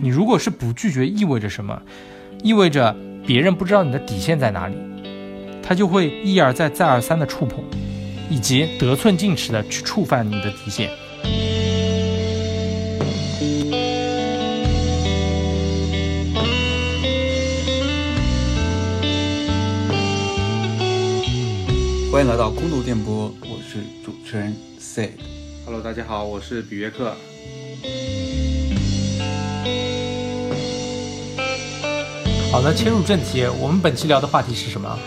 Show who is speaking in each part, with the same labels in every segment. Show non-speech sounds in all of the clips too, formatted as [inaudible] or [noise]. Speaker 1: 你如果是不拒绝，意味着什么？意味着别人不知道你的底线在哪里，他就会一而再、再而三的触碰，以及得寸进尺的去触犯你的底线。
Speaker 2: 欢迎来到公路电波，我是主持人 C。
Speaker 3: Hello，大家好，我是比约克。
Speaker 1: 好，那切入正题，我们本期聊的话题是什么？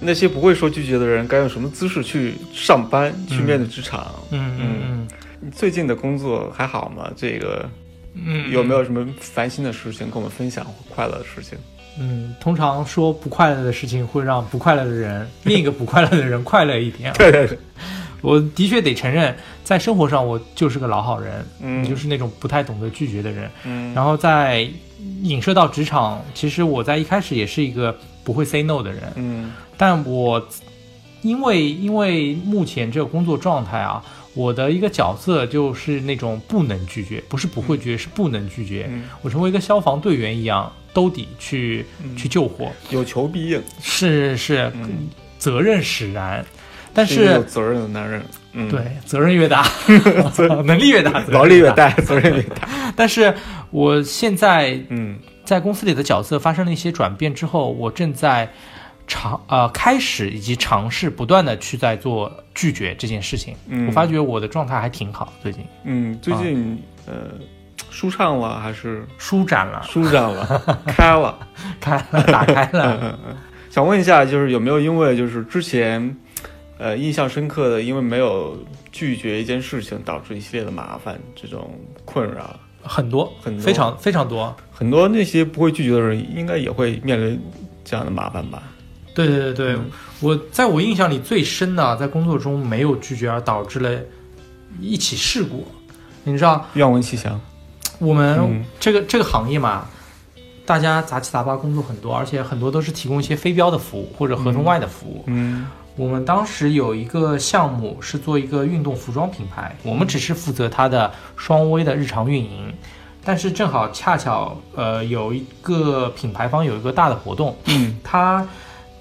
Speaker 4: 那些不会说拒绝的人该用什么姿势去上班，去面对职场？
Speaker 1: 嗯嗯
Speaker 4: 嗯你最近的工作还好吗？这个
Speaker 1: 嗯
Speaker 4: 有没有什么烦心的事情跟我们分享？或快乐的事情？
Speaker 1: 嗯，通常说不快乐的事情会让不快乐的人，另一个不快乐的人快乐一点啊。
Speaker 4: [laughs] 对对对，
Speaker 1: 我的确得承认，在生活上我就是个老好人，
Speaker 4: 嗯，
Speaker 1: 就是那种不太懂得拒绝的人。
Speaker 4: 嗯，
Speaker 1: 然后在影射到职场，其实我在一开始也是一个不会 say no 的人，
Speaker 4: 嗯
Speaker 1: 但我因为因为目前这个工作状态啊，我的一个角色就是那种不能拒绝，不是不会拒绝，是不能拒绝。
Speaker 4: 嗯，
Speaker 1: 我成为一个消防队员一样，兜底去
Speaker 4: 嗯
Speaker 1: 去救火，
Speaker 4: 有求必应，
Speaker 1: 是是
Speaker 4: 嗯，
Speaker 1: 责任使然，但
Speaker 4: 一个有
Speaker 1: 是。
Speaker 4: 责任的男人，嗯，，
Speaker 1: 对，责任越
Speaker 4: [laughs]
Speaker 1: 大， [laughs] 能力越大，责任
Speaker 4: 劳力越。大，责任越
Speaker 1: [laughs]
Speaker 4: 大，
Speaker 1: 但是我现在
Speaker 4: 嗯
Speaker 1: 在公司里的角色发生了一些转变之后，我正在尝呃开始以及尝试不断的去在做拒绝这件事情。
Speaker 4: 嗯，
Speaker 1: 我发觉啊我的状态还挺好，最近
Speaker 4: 嗯，最近呃，舒畅了还是
Speaker 1: 舒展了，
Speaker 4: 舒展了，开了。
Speaker 1: [laughs] 开了，打开
Speaker 4: 嗯
Speaker 1: 了。
Speaker 4: 嗯嗯，想问一下，就是有没有因为就是之前，呃，印象深刻的，因为没有拒绝一件事情，导致一系列的麻烦，这种困扰，
Speaker 1: 很多，
Speaker 4: 很多
Speaker 1: 非常非常多。
Speaker 4: 很多那些不会拒绝的人，应该也会面临这样的麻烦吧？
Speaker 1: 对对对对，
Speaker 4: 嗯
Speaker 1: 我在我印象里最深的，在工作中没有拒绝而导致了一起事故。你知道
Speaker 4: 愿闻其详。
Speaker 1: 我们
Speaker 4: 嗯
Speaker 1: 这个、这个行业嘛，大家杂七杂八工作很多，而且很多都是提供一些非标的服务或者合同外的服务。
Speaker 4: 嗯
Speaker 1: 我们当时有一个项目是做一个运动服装品牌，我们只是负责它的双微的日常运营，但是正好恰巧呃有一个品牌方有一个大的活动，
Speaker 4: 嗯
Speaker 1: 他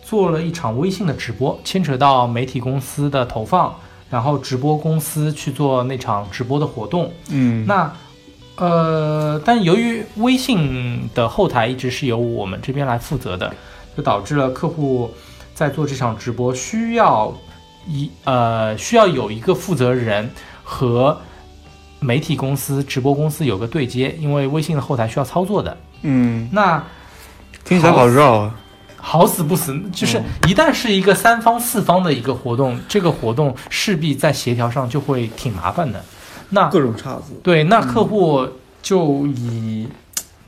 Speaker 1: 做了一场微信的直播，牵扯到媒体公司的投放，然后直播公司去做那场直播的活动。
Speaker 4: 嗯
Speaker 1: 那呃，但由于微信的后台一直是由我们这边来负责的，就导致了客户在做这场直播需要一呃需要有一个负责人和媒体公司、直播公司有个对接，因为微信的后台需要操作的。
Speaker 4: 嗯，
Speaker 1: 那
Speaker 4: 听起来好绕啊。
Speaker 1: 好死不死，就是一旦是一个三方四方的一个活动，这个活动势必在协调上就会挺麻烦的。那
Speaker 4: 各种岔子。
Speaker 1: 对，那客
Speaker 4: 嗯
Speaker 1: 户就以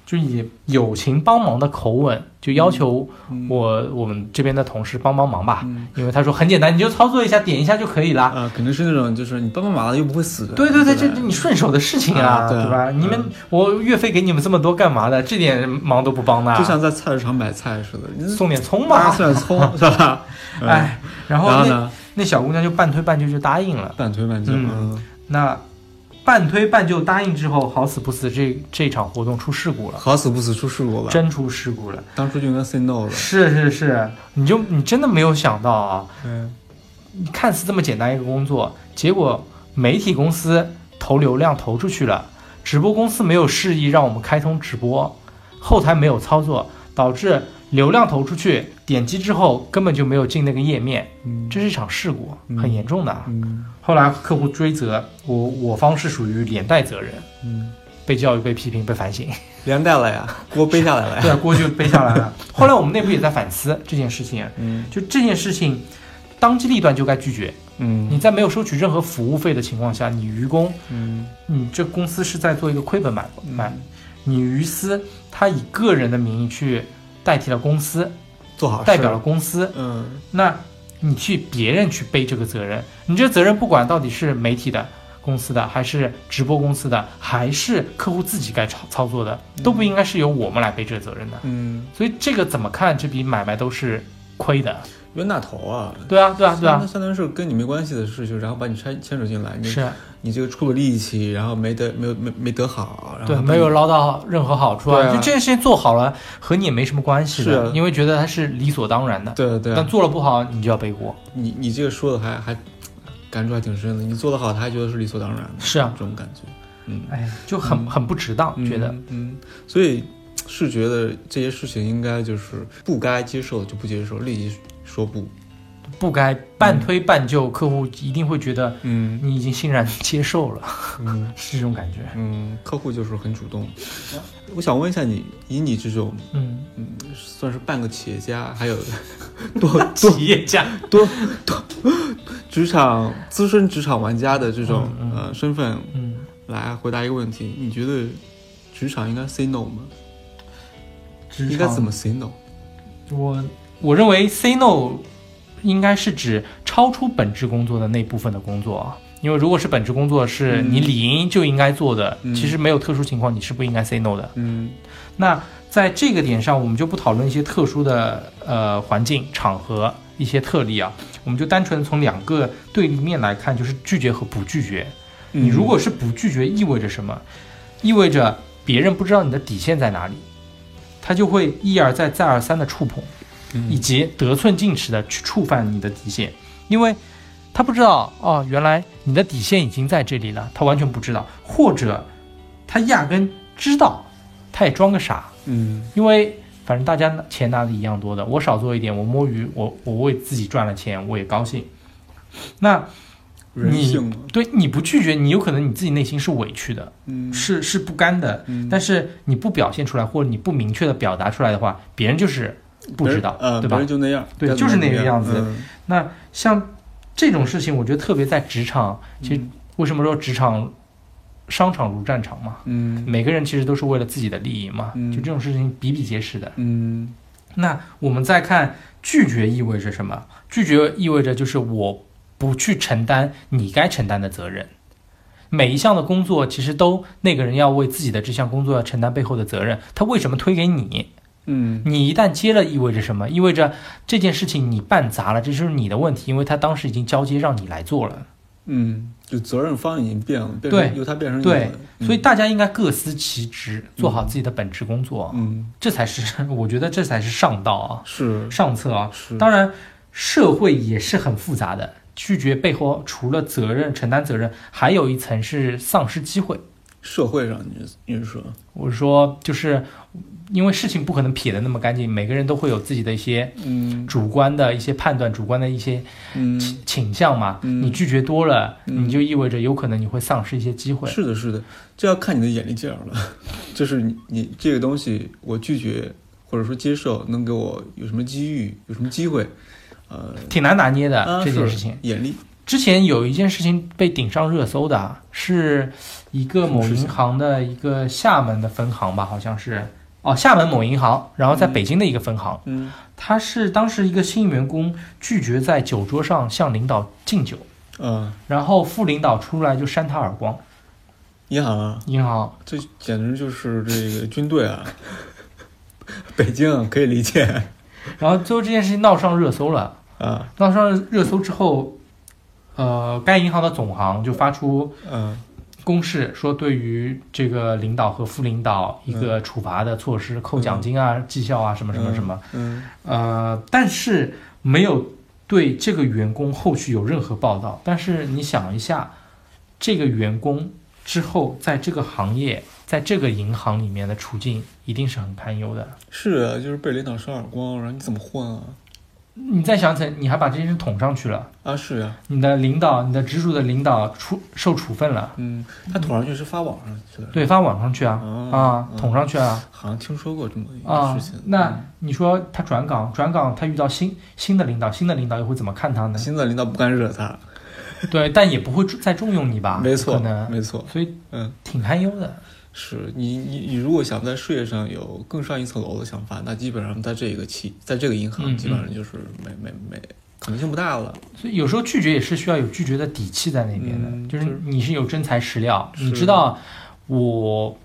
Speaker 1: 就以友情帮忙的口吻，就要求
Speaker 4: 嗯
Speaker 1: 我我们这边的同事帮帮忙吧，
Speaker 4: 嗯
Speaker 1: 因为他说很简单，你就操作一下，点一下就可以啦。
Speaker 2: 啊，肯定是那种就是你帮帮忙了又不会死的。
Speaker 1: 对对对，
Speaker 2: 对
Speaker 1: 这
Speaker 2: 吧
Speaker 1: 这你顺手的事情啊，
Speaker 2: 啊对啊
Speaker 1: 吧？你们
Speaker 2: 嗯
Speaker 1: 我月费给你们这么多干嘛的？这点忙都不帮呢，
Speaker 2: 就像在菜市场买菜似的，你
Speaker 1: 送点葱
Speaker 2: 八
Speaker 1: 吧，
Speaker 2: 蒜葱
Speaker 1: [laughs]
Speaker 2: 是吧？嗯，
Speaker 1: 哎，然后
Speaker 2: 然后
Speaker 1: 那
Speaker 2: 呢，
Speaker 1: 那小姑娘就半推半就就答应了。
Speaker 2: 半推半就，
Speaker 1: 嗯
Speaker 2: 嗯，
Speaker 1: 那半推半就答应之后，好死不死这这场活动出事故了，
Speaker 2: 好死不死出事故了，
Speaker 1: 真出事故了。
Speaker 2: 当初就应该 say no 了。
Speaker 1: 是是是，你就你真的没有想到啊！
Speaker 2: 嗯，
Speaker 1: 你看似这么简单一个工作，结果媒体公司投流量投出去了，直播公司没有示意让我们开通直播，后台没有操作，导致流量投出去，点击之后根本就没有进那个页面，
Speaker 2: 嗯
Speaker 1: 这是一场事故，
Speaker 2: 嗯
Speaker 1: 很严重的啊。
Speaker 2: 嗯
Speaker 1: 后来客户追责，我我方是属于连带责任，
Speaker 2: 嗯，
Speaker 1: 被教育、被批评、被反省。
Speaker 2: 连带了呀，锅背下来了呀。
Speaker 1: 对啊，锅就背下来
Speaker 2: [laughs]
Speaker 1: 了。后来我们内部也在反思这件事情，啊
Speaker 2: 嗯
Speaker 1: 就这件事情，当机立断就该拒绝。
Speaker 2: 嗯
Speaker 1: 你在没有收取任何服务费的情况下，你愚公，
Speaker 2: 嗯
Speaker 1: 你这公司是在做一个亏本买卖
Speaker 2: 嗯，
Speaker 1: 你于私，他以个人的名义去代替了公司，
Speaker 2: 做好事
Speaker 1: 代表了公司，
Speaker 2: 嗯
Speaker 1: 那你去别人去背这个责任，你这责任不管到底是媒体的。公司的还是直播公司的，还是客户自己该操操作的，都不应该是由我们来背这个责任的。
Speaker 2: 嗯，
Speaker 1: 所以这个怎么看，这笔买卖都是亏的。
Speaker 2: 冤大头啊！
Speaker 1: 对啊，对啊，对
Speaker 2: 那
Speaker 1: 啊，
Speaker 2: 相当于是跟你没关系的事情，然后把你牵牵扯进来，你
Speaker 1: 是啊
Speaker 2: 你这个出了力气，然后没得没有没没得好，然后
Speaker 1: 对，啊
Speaker 2: 把
Speaker 1: 没
Speaker 2: 你
Speaker 1: 有捞到任何好处啊。
Speaker 2: 对啊
Speaker 1: 就这件事情做好了，和你也没什么关系的，
Speaker 2: 是啊
Speaker 1: 因为觉得它是理所当然的。
Speaker 2: 对啊对
Speaker 1: 但做了不好，你就要背锅。
Speaker 2: 你你这个说的还还感触还挺深的，你做得好，他还觉得是理所当然的，
Speaker 1: 是啊
Speaker 2: 这种感觉，嗯，
Speaker 1: 哎呀，就很很不值当，觉得
Speaker 2: 嗯嗯，所以是觉得这些事情应该就是不该接受就不接受，立即说不，
Speaker 1: 不该半推半就，客户一定会觉得
Speaker 2: 嗯
Speaker 1: 你已经欣然接受了，
Speaker 2: 嗯
Speaker 1: [laughs] 是这种感觉。
Speaker 2: 嗯，客户就是很主动。我想问一下你，以你这种
Speaker 1: 嗯，
Speaker 2: 嗯算是半个企业家，还有 [laughs] 多多
Speaker 1: 企业家，
Speaker 2: 多多职场资深职场玩家的这种、
Speaker 1: 嗯嗯
Speaker 2: 呃身份
Speaker 1: 嗯，
Speaker 2: 来回答一个问题，你觉得职场应该 say no 吗？应该怎么 say no？
Speaker 1: 我我认为 say no 应该是指超出本职工作的那部分的工作啊，因为如果是本职工作是
Speaker 2: 嗯
Speaker 1: 你理应就应该做的，
Speaker 2: 嗯
Speaker 1: 其实没有特殊情况你是不应该 say no 的。
Speaker 2: 嗯
Speaker 1: 那在这个点上，我们就不讨论一些特殊的呃环境、场合、一些特例啊，我们就单纯从两个对立面来看，就是拒绝和不拒绝。你如果是不拒绝，意味着什么？意味着别人不知道你的底线在哪里，他就会一而再、再而三的触碰，以及得寸进尺的去触犯你的底线，因为他不知道哦，原来你的底线已经在这里了，他完全不知道，或者他压根知道，他也装个傻，
Speaker 2: 嗯
Speaker 1: 因为反正大家钱拿的一样多的，我少做一点，我摸鱼，我我为自己赚了钱，我也高兴。那
Speaker 2: 人
Speaker 1: 你
Speaker 2: 性嘛，
Speaker 1: 对你不拒绝，你有可能你自己内心是委屈的，
Speaker 2: 嗯
Speaker 1: 是是不甘的，
Speaker 2: 嗯
Speaker 1: 但是你不表现出来，或者你不明确的表达出来的话，别人就是不知道，
Speaker 2: 呃，
Speaker 1: 对
Speaker 2: 别
Speaker 1: 吧
Speaker 2: 人？就那样，
Speaker 1: 对
Speaker 2: 该怎么
Speaker 1: 就是那
Speaker 2: 怎么
Speaker 1: 个样子
Speaker 2: 嗯
Speaker 1: 那像这种事情，我觉得特别在职场，其
Speaker 2: 嗯
Speaker 1: 实为什么说职场、商场如战场嘛？
Speaker 2: 嗯
Speaker 1: 每个人其实都是为了自己的利益嘛，
Speaker 2: 嗯
Speaker 1: 就这种事情比比皆是的。
Speaker 2: 嗯
Speaker 1: 那我们再看拒绝意味着什么？拒绝意味着就是我不去承担你该承担的责任。每一项的工作其实都那个人要为自己的这项工作要承担背后的责任，他为什么推给你？
Speaker 2: 嗯
Speaker 1: 你一旦接了，意味着什么？意味着这件事情你办砸了，这就是你的问题，因为他当时已经交接让你来做了。
Speaker 2: 嗯，就责任方已经变了，变
Speaker 1: 对
Speaker 2: 成由他变成你
Speaker 1: 对
Speaker 2: 了，
Speaker 1: 所以大家应该各司其职，做好自己的本职工作，
Speaker 2: 嗯
Speaker 1: 这才是 [laughs] 我觉得这才是上道啊，
Speaker 2: 是
Speaker 1: 上策啊。
Speaker 2: 是，
Speaker 1: 当然，社会也是很复杂的。拒绝背后除了责任、承担责任，还有一层是丧失机会。
Speaker 2: 社会上你是你是说
Speaker 1: 我说，就是因为事情不可能撇得那么干净，每个人都会有自己的一些
Speaker 2: 嗯
Speaker 1: 主观的一些判断、主观的一些
Speaker 2: 嗯
Speaker 1: 倾倾向嘛。
Speaker 2: 嗯
Speaker 1: 你拒绝多了，
Speaker 2: 嗯
Speaker 1: 你就意味着有可能你会丧失一些机会。
Speaker 2: 是的，是的，这要看你的眼力劲儿了。 [laughs] 就是你你这个东西，我拒绝或者说接受，能给我有什么机遇，有什么机会？呃，
Speaker 1: 挺难拿捏的、
Speaker 2: 啊
Speaker 1: 这件
Speaker 2: 是
Speaker 1: 事情。
Speaker 2: 眼力，
Speaker 1: 之前有一件事情被顶上热搜的啊，是一个某银行的一个厦门的分行吧，好像是哦，厦门某银行，然后在北京的一个分行，
Speaker 2: 嗯，
Speaker 1: 他是当时一个新员工拒绝在酒桌上向领导敬酒，
Speaker 2: 啊，
Speaker 1: 然后副领导出来就扇他耳光，
Speaker 2: 银行啊，
Speaker 1: 银行
Speaker 2: 这简直就是这个军队啊， [laughs] 北京可以理解
Speaker 1: 然后最后这件事情闹上热搜了，
Speaker 2: 啊，
Speaker 1: 闹上热搜之后，呃，该银行的总行就发出
Speaker 2: 嗯
Speaker 1: 公示说，对于这个领导和副领导一
Speaker 2: 嗯
Speaker 1: 个处罚的措施，扣奖金啊、绩效啊，什么什么什么。
Speaker 2: 嗯
Speaker 1: 呃，但是没有对这个员工后续有任何报道。但是你想一下，这个员工之后在这个行业，在这个银行里面的处境一定是很堪忧的。
Speaker 2: 是啊，就是被领导扇耳光，然后你怎么混啊？
Speaker 1: 你再想想，你还把这件事捅上去了，
Speaker 2: 啊，是啊，
Speaker 1: 你的领导、你的直属的领导处受处分了，
Speaker 2: 嗯，他捅上去是发网上去的，
Speaker 1: 对，发网上去啊
Speaker 2: 啊
Speaker 1: 啊，
Speaker 2: 嗯
Speaker 1: 捅上去啊。
Speaker 2: 好像听说过这么一
Speaker 1: 啊
Speaker 2: 个事情。，嗯
Speaker 1: 那你说他转岗，转岗他遇到新新的领导，新的领导又会怎么看他
Speaker 2: 嗯
Speaker 1: 呢？
Speaker 2: 新的领导不敢惹他，
Speaker 1: 对，但也不会再重用你吧？
Speaker 2: 没错
Speaker 1: 啊可，能，
Speaker 2: 没错，
Speaker 1: 所以
Speaker 2: 嗯，
Speaker 1: 挺堪忧的。
Speaker 2: 是你你你如果想在事业上有更上一层楼的想法，那基本上在这个企，在这个银
Speaker 1: 嗯
Speaker 2: 行，
Speaker 1: 嗯
Speaker 2: 基本上就是没没没可能性不大了。
Speaker 1: 所以有时候拒绝也是需要有拒绝的底气在那边的，
Speaker 2: 嗯
Speaker 1: 就是
Speaker 2: 就是
Speaker 1: 你是有真材实料，
Speaker 2: 是
Speaker 1: 你知道我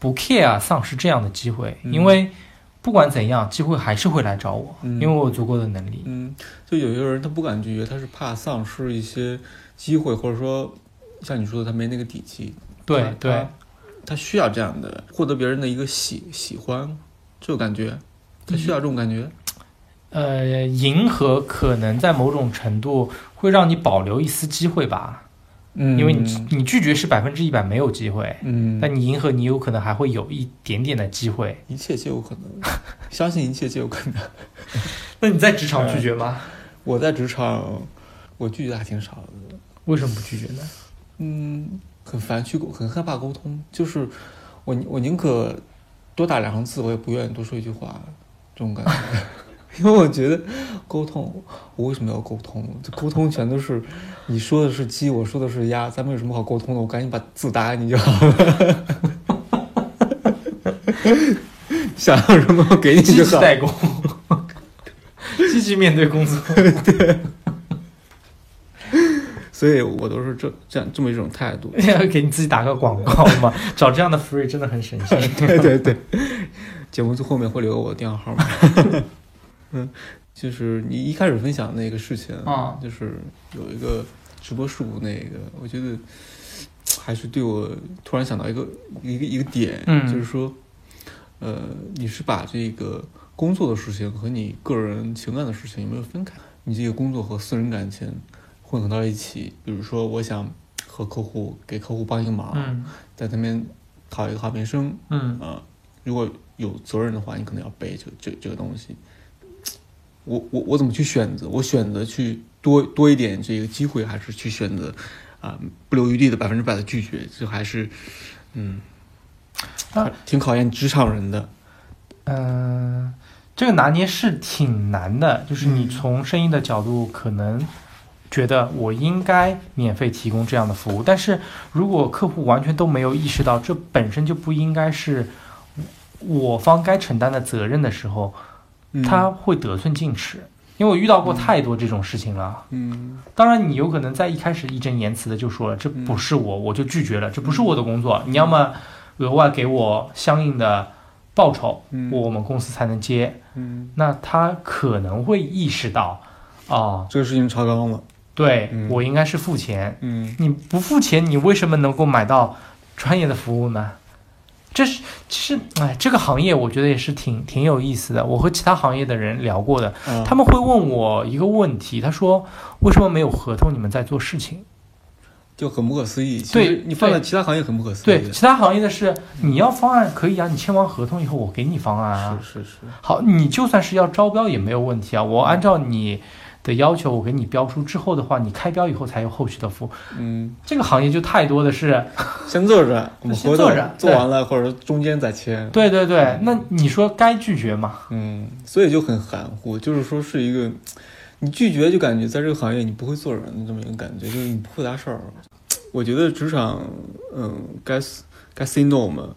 Speaker 1: 不 care 丧失这样的机会，
Speaker 2: 嗯
Speaker 1: 因为不管怎样，机会还是会来找我，
Speaker 2: 嗯
Speaker 1: 因为我有足够的能力。
Speaker 2: 嗯，就有些人他不敢拒绝，他是怕丧失一些机会，或者说像你说的，他没那个底气。
Speaker 1: 对
Speaker 2: 他
Speaker 1: 对，，
Speaker 2: 他需要这样的获得别人的一个喜喜欢，这种感觉，他需要这种感觉。
Speaker 1: 呃，迎合可能在某种程度会让你保留一丝机会吧，
Speaker 2: 嗯
Speaker 1: 因为你你拒绝是百分之一百没有机会，
Speaker 2: 嗯，
Speaker 1: 但你迎合你有可能还会有一点点的机会。
Speaker 2: 一切皆有可能，相信一切皆有可能。
Speaker 1: 那你在职场拒绝吗？
Speaker 2: 我在职场，我拒绝的还挺少的。
Speaker 1: 为什么不拒 [laughs] 绝呢？
Speaker 2: 嗯，很烦去沟，很害怕沟通，就是我我宁可多打两行字，我也不愿意多说一句话，这种感觉。因为我觉得沟通，我为什么要沟通？这沟通全都是你说的是鸡，我说的是鸭，咱们有什么好沟通的？我赶紧把字打给你就好了。想要什么我给你
Speaker 1: 积
Speaker 2: 就
Speaker 1: 极
Speaker 2: 好。
Speaker 1: 代工， [laughs] 积极面对工作。 [laughs]
Speaker 2: 所以我都是这这样这么一种态度。
Speaker 1: 要给你自己打个广告嘛，找这样的 free 真的很省心。
Speaker 2: [laughs] 对对对，节目最后面会留我的电话号码。 [laughs] 嗯，就是你一开始分享那个事情
Speaker 1: 啊
Speaker 2: 就是有一个直播事故那个，我觉得还是对我突然想到一个一个一个点，
Speaker 1: 嗯
Speaker 2: 就是说，呃，你是把这个工作的事情和你个人情感的事情有没有分开？你这个工作和私人感情混合到一起，比如说，我想和客户给客户帮一个忙，
Speaker 1: 嗯
Speaker 2: 在那边讨一个好名声，
Speaker 1: 嗯
Speaker 2: 啊，如果有责任的话，你可能要背这这这个东西。我我我怎么去选择？我选择去多多一点这个机会，还是去选择啊、不留余地的百分之百的拒绝？这还是嗯，
Speaker 1: 啊
Speaker 2: 挺考验职场人的。
Speaker 1: 嗯、呃这个拿捏是挺难的，就是你从生意的角度可能。觉得我应该免费提供这样的服务，但是如果客户完全都没有意识到这本身就不应该是我方该承担的责任的时候，
Speaker 2: 嗯
Speaker 1: 他会得寸进尺。因为我遇到过太多这种事情了，
Speaker 2: 嗯
Speaker 1: 当然，你有可能在一开始义正言辞的就说了，这不是我，我就拒绝了，这不是我的工作。你要么额外给我相应的报酬，
Speaker 2: 嗯
Speaker 1: 我们公司才能接。
Speaker 2: 嗯，
Speaker 1: 那他可能会意识到，哦，
Speaker 2: 这个事情超纲了。
Speaker 1: 对、
Speaker 2: 嗯
Speaker 1: 我应该是付钱，
Speaker 2: 嗯
Speaker 1: 你不付钱，你为什么能够买到专业的服务呢？这是其实，哎，这个行业我觉得也是挺挺有意思的。我和其他行业的人聊过的，
Speaker 2: 啊
Speaker 1: 他们会问我一个问题，他说为什么没有合同你们在做事情？
Speaker 2: 就很不可思议。其
Speaker 1: 对
Speaker 2: 实你放在
Speaker 1: 对
Speaker 2: 其他行业很不可思议
Speaker 1: 对，
Speaker 2: 的。
Speaker 1: 其他行业的是你要方案可以啊，你签完合同以后我给你方案啊。
Speaker 2: 是是是，
Speaker 1: 好，你就算是要招标也没有问题啊，我按照你的要求，我给你标书之后的话，你开标以后才有后续的服务。
Speaker 2: 嗯，
Speaker 1: 这个行业就太多的是，
Speaker 2: 先做着，我们
Speaker 1: 先
Speaker 2: 合
Speaker 1: 做
Speaker 2: 同
Speaker 1: 着
Speaker 2: 做
Speaker 1: 对
Speaker 2: 完了，或者中间再签。
Speaker 1: 对对对，那你说该拒绝吗？
Speaker 2: 嗯，所以就很含糊，就是说是一个，你拒绝就感觉在这个行业你不会做人的这么一个感觉，就是你不会搭事儿。啊我觉得职场，嗯，该 s- 该 say no 嘛，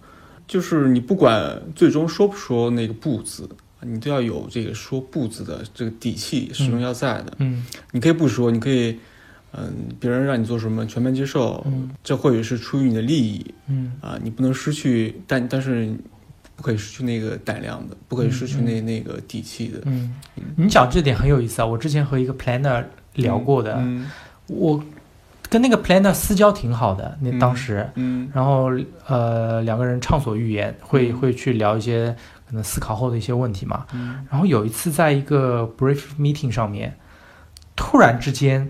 Speaker 2: 就是你不管最终说不说那个不字，你都要有这个说不字的这个底气，始终要在的。
Speaker 1: 嗯
Speaker 2: 你可以不说，你可以，嗯，别人让你做什么全盘接受，
Speaker 1: 嗯
Speaker 2: 这或许是出于你的利益，
Speaker 1: 嗯
Speaker 2: 啊，你不能失去，但但是不可以失去那个胆量的，不可以失去那、那个底气的。
Speaker 1: 嗯，你讲这点很有意思啊，我之前和一个 planner 聊过的，
Speaker 2: 嗯
Speaker 1: 我跟那个 planner 私交挺好的，那当时。
Speaker 2: 嗯
Speaker 1: 然后呃，两个人畅所欲言，会会去聊一些可能思考后的一些问题嘛。
Speaker 2: 嗯
Speaker 1: 然后有一次在一个 brief meeting 上面，突然之间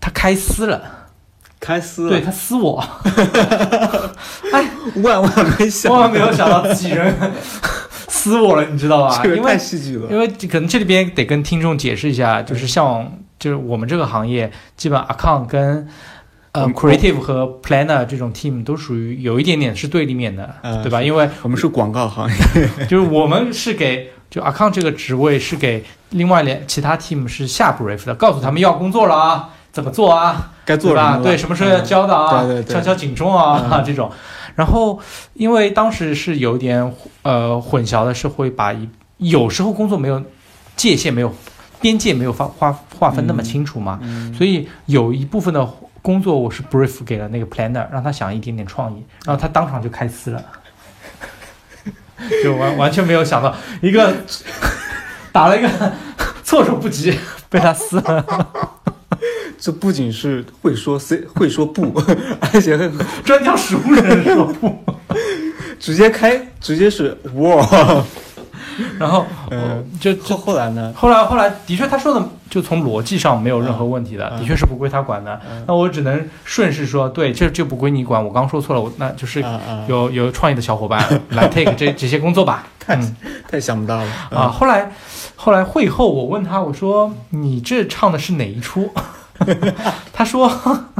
Speaker 1: 他开撕了，
Speaker 2: 开撕
Speaker 1: 对
Speaker 2: 了，
Speaker 1: 他撕我，
Speaker 2: 万万没 [laughs] 想
Speaker 1: 万
Speaker 2: 到，
Speaker 1: 万没有想
Speaker 2: [laughs]
Speaker 1: 到自己人 [laughs] 撕我了，你知道吧？
Speaker 2: 这个
Speaker 1: 因为
Speaker 2: 太戏剧了。
Speaker 1: 因为可能这里边得跟听众解释一下，就是像就是我们这个行业，基本 account 跟呃
Speaker 2: 我们
Speaker 1: creative 和 planner 这种 team 都属于有一点点是对立面的，
Speaker 2: 嗯
Speaker 1: 对吧？因为
Speaker 2: 我们是广告行业，
Speaker 1: 就是我们是给就 account 这个职位是给另外两其他 team 是下 brief 的，告诉他们要工作了啊，怎么做啊，
Speaker 2: 该做
Speaker 1: 对
Speaker 2: 什么
Speaker 1: 吧？
Speaker 2: 了
Speaker 1: 对，什么时候要交的啊，
Speaker 2: 嗯对对对
Speaker 1: 敲敲警钟啊、[laughs]
Speaker 2: 嗯
Speaker 1: 这种。然后因为当时是有点呃混淆的，是会把一有时候工作没有界限没有边界没有划划划分那么清楚嘛，
Speaker 2: 嗯
Speaker 1: 所以有一部分的。工作我是 brief 给了那个 planner，让他想一点点创意，然后他当场就开撕了。 [laughs] 就完完全没有想到一个 [laughs] 打了一个 [laughs] 措手不及被他撕
Speaker 2: [laughs]
Speaker 1: 了。
Speaker 2: 这不仅是会说 C 会说不，而且还
Speaker 1: 专挑熟人说不。
Speaker 2: 直接开直接是哇。
Speaker 1: 然后，
Speaker 2: 嗯
Speaker 1: 就
Speaker 2: 后后来呢？
Speaker 1: 后来后来的确他说的就从逻辑上没有任何问题的，
Speaker 2: 嗯嗯
Speaker 1: 的确是不归他管的。
Speaker 2: 嗯
Speaker 1: 那我只能顺势说，对，这这不归你管，我刚说错了，我那就是
Speaker 2: 啊啊，
Speaker 1: 有有创意的小伙伴来 take 这这些工作吧。
Speaker 2: 太
Speaker 1: 嗯
Speaker 2: 太想不到了
Speaker 1: 啊，！后来后来会后我问他，我说你这唱的是哪一出？ [laughs] 他说 [laughs]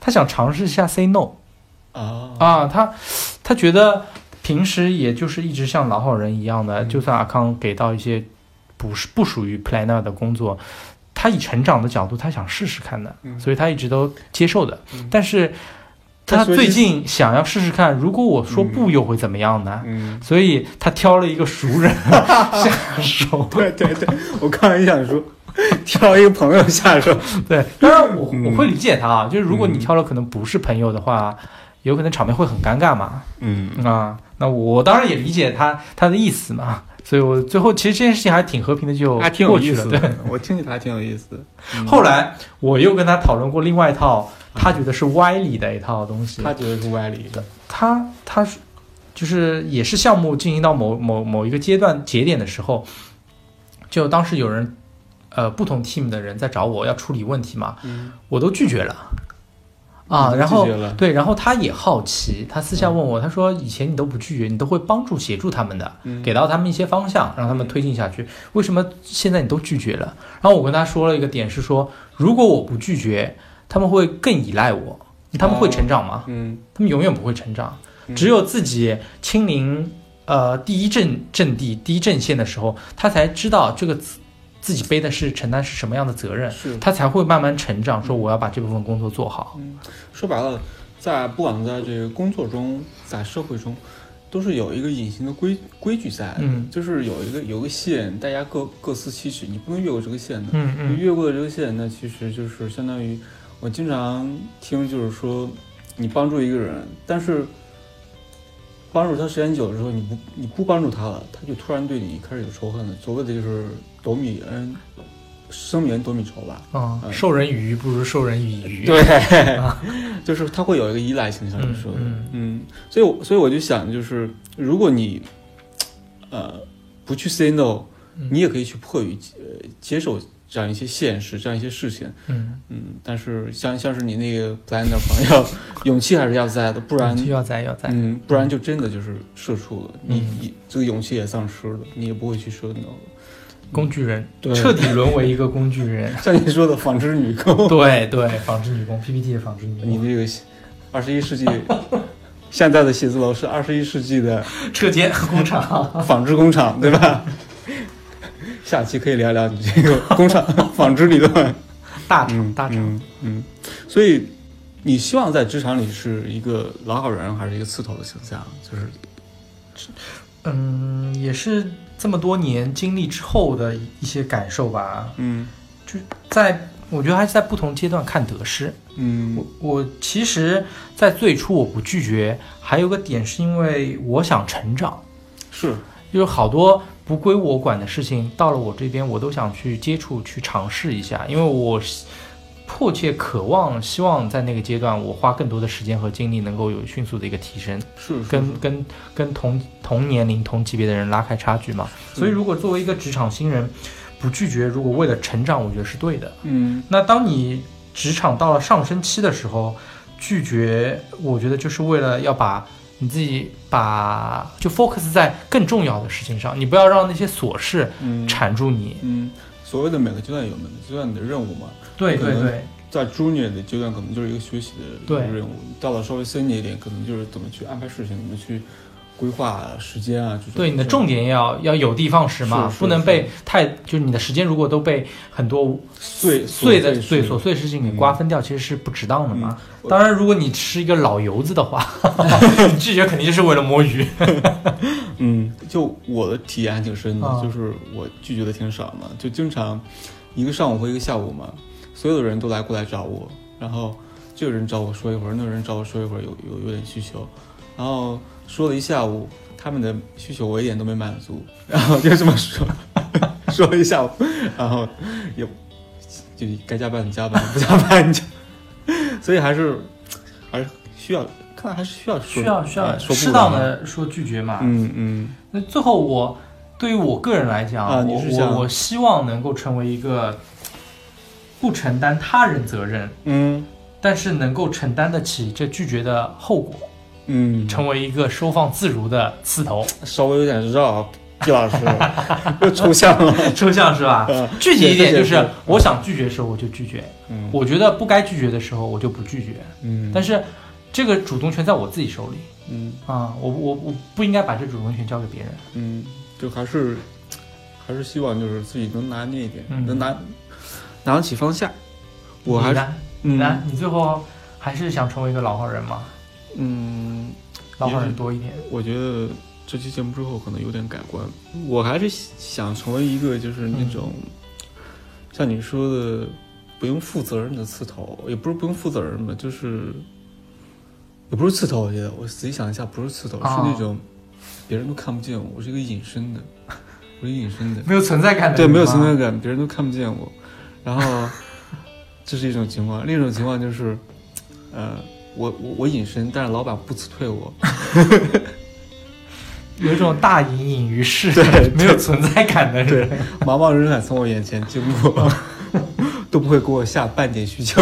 Speaker 1: 他想尝试一下 say no。
Speaker 2: 啊
Speaker 1: 啊，他他觉得平时也就是一直像老好人一样的，
Speaker 2: 嗯
Speaker 1: 就算阿康给到一些不是不属于 planner 的工作，他以成长的角度，他想试试看的，
Speaker 2: 嗯
Speaker 1: 所以他一直都接受的。
Speaker 2: 嗯
Speaker 1: 但是
Speaker 2: 他
Speaker 1: 他
Speaker 2: 所以
Speaker 1: 最
Speaker 2: 是
Speaker 1: 近想要试试看，如果我说不，又会怎么样呢？
Speaker 2: 嗯， [laughs]
Speaker 1: 所以他挑了一个熟
Speaker 4: [laughs]
Speaker 1: 人下手，
Speaker 2: 对对对，我刚才想说， [laughs] 挑一个朋友下手，
Speaker 1: 对，当然我、
Speaker 2: 嗯
Speaker 1: 我会理解他啊，就是如果你
Speaker 2: 嗯
Speaker 1: 挑了可能不是朋友的话，有可能场面会很尴尬嘛，
Speaker 2: 嗯
Speaker 1: 啊，那我当然也理解他他的意思嘛，所以我最后其实这件事情还挺和平的就
Speaker 4: 还挺有
Speaker 1: 哦过
Speaker 4: 意
Speaker 1: 去了。
Speaker 4: 思
Speaker 1: 对，
Speaker 4: 的。
Speaker 2: [laughs] 我听起来还挺有意思的。
Speaker 1: 后来我又跟他讨论过另外一套，他觉得是歪理的一套东西。
Speaker 2: 他觉得是歪理，
Speaker 1: 他他是就是也是项目进行到某某某一个阶段节点的时候，就当时有人呃不同 team 的人在找我要处理问题嘛，
Speaker 2: 嗯
Speaker 1: 我都拒绝了啊，
Speaker 2: 哦你
Speaker 1: 然
Speaker 2: 都
Speaker 1: 后
Speaker 2: 拒绝了，
Speaker 1: 对，然后他也好奇，他私下问我，他说以前你都不拒绝，你都会帮助协助他们的，
Speaker 2: 嗯
Speaker 1: 给到他们一些方向，让他们推进下去。为什么现在你都拒绝了？然后我跟他说了一个点是说，如果我不拒绝，他们会更依赖我，他们会成长吗？
Speaker 2: 嗯
Speaker 1: 他们永远不会成长，
Speaker 2: 嗯
Speaker 1: 只有自己亲临呃第一阵阵地、第一阵线的时候，他才知道这个自自己背的是承担是什么样的责任，
Speaker 2: 是嗯
Speaker 1: 他才会慢慢成长，说我要把这部分工作做好。
Speaker 2: 说白了，在不管在这个工作中，在社会中，都是有一个隐形的规规矩在的，
Speaker 1: 嗯
Speaker 2: 就是有一个有个线，大家各各司其职，你不能越过这个线的。
Speaker 1: 嗯
Speaker 2: 你
Speaker 1: 嗯
Speaker 2: 越过了这个线，那其实就是相当于我经常听，就是说你帮助一个人，但是呃帮助他时间久了之后，你不你不帮助他了，他就突然对你开始有仇恨了。所谓的就是斗米恩，生源斗米仇吧。
Speaker 1: 嗯，
Speaker 2: 嗯
Speaker 1: 授人以鱼不如授人以渔。
Speaker 2: 对，就是他会有一个依赖性，像你说的，
Speaker 1: 嗯
Speaker 2: 嗯所以我所以我就想，就是如果你呃不去 say no，
Speaker 1: 嗯
Speaker 2: 你也可以去迫于呃接受这样一些现实，这样一些事情，
Speaker 1: 嗯，
Speaker 2: 嗯，但是像像是你那个 plan 的朋友，勇气还是要在的，
Speaker 1: 不
Speaker 2: 不然。
Speaker 1: 要在要在。
Speaker 2: 嗯，不然就真的就是社畜了，你
Speaker 1: 嗯
Speaker 2: 你这个勇气也丧失了，你也不会去 say no 了。
Speaker 1: 工具人，
Speaker 2: 对。
Speaker 1: 彻底沦为一个工具人
Speaker 2: [laughs] 像你说的纺织女工， [laughs]
Speaker 1: 对对，纺织女工 PPT 的纺织女
Speaker 2: 你
Speaker 1: 工，
Speaker 2: 这个二十一世纪 [laughs] 现在的写字楼是二十一世纪的
Speaker 1: 车间工厂。
Speaker 2: 纺织工厂，对吧？ [laughs] 下期可以聊聊你这个工厂 [laughs] 纺织理论，
Speaker 1: 大
Speaker 2: 嗯
Speaker 1: 厂，大厂。
Speaker 2: 嗯嗯。所以你希望在职场里是一个老好人，还是一个刺头的形象？就是
Speaker 1: 嗯，也是这么多年经历之后的一些感受吧。
Speaker 2: 嗯
Speaker 1: 在我觉得还是在不同阶段看得失。
Speaker 2: 嗯
Speaker 1: 我我其实，在最初我不拒绝，还有个点是因为我想成长。
Speaker 2: 是
Speaker 1: 就是好多不归我管的事情，到了我这边，我都想去接触、去尝试一下，因为我希迫切渴望、希望在那个阶段，我花更多的时间和精力，能够有迅速的一个提升，
Speaker 2: 是是
Speaker 1: 跟跟跟同同年龄、同级别的人拉开差距嘛。
Speaker 2: 嗯
Speaker 1: 所以，如果作为一个职场新人，不拒绝，如果为了成长，我觉得是对的。
Speaker 2: 嗯
Speaker 1: 那当你职场到了上升期的时候，拒绝，我觉得就是为了要把你自己把就 focus 在更重要的事情上，你不要让那些琐事
Speaker 2: 嗯
Speaker 1: 缠住你。
Speaker 2: 嗯，所谓的每个阶段有每个阶段的任务嘛，
Speaker 1: 对对
Speaker 2: 可能
Speaker 1: 对
Speaker 2: 在 junior 的阶段，可能就是一个学习的
Speaker 1: 对
Speaker 2: 任务；到了稍微 senior 一点，可能就是怎么去安排事情，怎么去规划时间啊，这种。
Speaker 1: 对，你的重点要要有的放矢嘛，
Speaker 2: 是是
Speaker 1: 不能
Speaker 2: 是
Speaker 1: 被太就是你的时间如果都被很多
Speaker 2: 碎
Speaker 1: 碎的碎
Speaker 2: 碎事
Speaker 1: 琐碎事情
Speaker 4: 嗯
Speaker 1: 给瓜分掉，其实是不值当的嘛。
Speaker 2: 嗯
Speaker 1: 当然，如果你是一个老油子的
Speaker 4: [laughs]
Speaker 1: 话，你拒绝肯定就是为了摸鱼。
Speaker 2: 嗯，就我的体验还挺深的，
Speaker 1: 啊
Speaker 2: 就是我拒绝的挺少嘛，就经常一个上午和一个下午嘛，所有的人都来过来找我，然后这个人找我说一会儿，那个人找我说一会儿，有有有点需求，然后说了一下午，他
Speaker 4: 他们的需求我一点都没满足，然后就这么说 [laughs] 说一下午，然后也就该加班你加班，不加班你就，所以还是还是需要，看来还是需要 [laughs] 说
Speaker 1: 需要需要
Speaker 4: 哎说不
Speaker 1: 适当
Speaker 2: 啊
Speaker 4: 完，
Speaker 1: 的说拒绝嘛。
Speaker 4: 嗯嗯
Speaker 1: 那最后我对于我个人来讲，
Speaker 4: 啊
Speaker 1: 我
Speaker 4: 你是想
Speaker 1: 我我希望能够成为一个不承担他人责任，
Speaker 4: 嗯
Speaker 1: 但是能够承担得起这拒绝的后果，
Speaker 4: 嗯，
Speaker 1: 成为一个收放自如的刺头，
Speaker 4: 稍微有点绕啊，毕老师又抽象了，
Speaker 1: [laughs] 抽象是吧？
Speaker 4: 嗯
Speaker 1: 具体一点就
Speaker 4: 解释解
Speaker 1: 是
Speaker 4: 释，
Speaker 1: 我想拒绝的时候我就拒绝，
Speaker 4: 嗯
Speaker 1: 我觉得不该拒绝的时候我就不拒绝。
Speaker 4: 嗯，
Speaker 1: 但
Speaker 4: 是
Speaker 1: 是这个主动权在我自己手里
Speaker 4: 嗯
Speaker 1: 啊、我我我不应该把这主动权交给别人。
Speaker 4: 嗯，就还是还是希望就是自己能拿捏一点，
Speaker 1: 嗯
Speaker 4: 能拿拿得起放下。我还
Speaker 1: 你
Speaker 4: 是
Speaker 1: 呢？你呢
Speaker 4: 嗯？
Speaker 1: 你最后还是想成为一个老好人吗？
Speaker 4: 嗯，
Speaker 1: 老好人多一点。
Speaker 4: 我觉得这期节目之后可能有点改观，我还是想成为一个就是
Speaker 1: 嗯
Speaker 4: 那种、像你说的不用负责任的刺头，也不是不用负责任吧，就是也不是刺头。我觉得我仔细想一下，不是刺头，
Speaker 1: 啊
Speaker 4: 是那种别人都看不见我，我是一个隐身的，我是一个隐身的。
Speaker 1: 没有存在感的
Speaker 4: 对，
Speaker 1: 人吗
Speaker 4: 没有存在感，别人都看不见我。然后这是一种情况，另一种情况就是，呃，我我我隐身，但是老板不辞退我。
Speaker 1: 有一种大隐隐于市
Speaker 4: 对、
Speaker 1: [laughs] 没有存在感的人。
Speaker 4: 茫茫人海从我眼前经过， [laughs] 都不会给我下半点需求。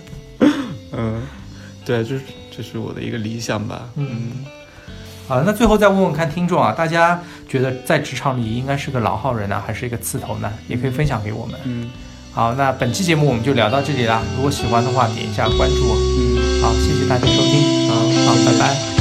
Speaker 4: [laughs] 嗯，对，这是这是我的一个理想吧。
Speaker 1: 嗯好，那最后再问问看听众啊，大家觉得在职场里应该是个老好人呢，还是一个刺头呢？也可以分享给我们。
Speaker 4: 嗯
Speaker 1: 好，那本期节目我们就聊到这里啦。如果喜欢的话，点一下关注。
Speaker 4: 嗯，
Speaker 1: 好，谢谢大家收听，
Speaker 4: 好。
Speaker 1: 好，拜拜。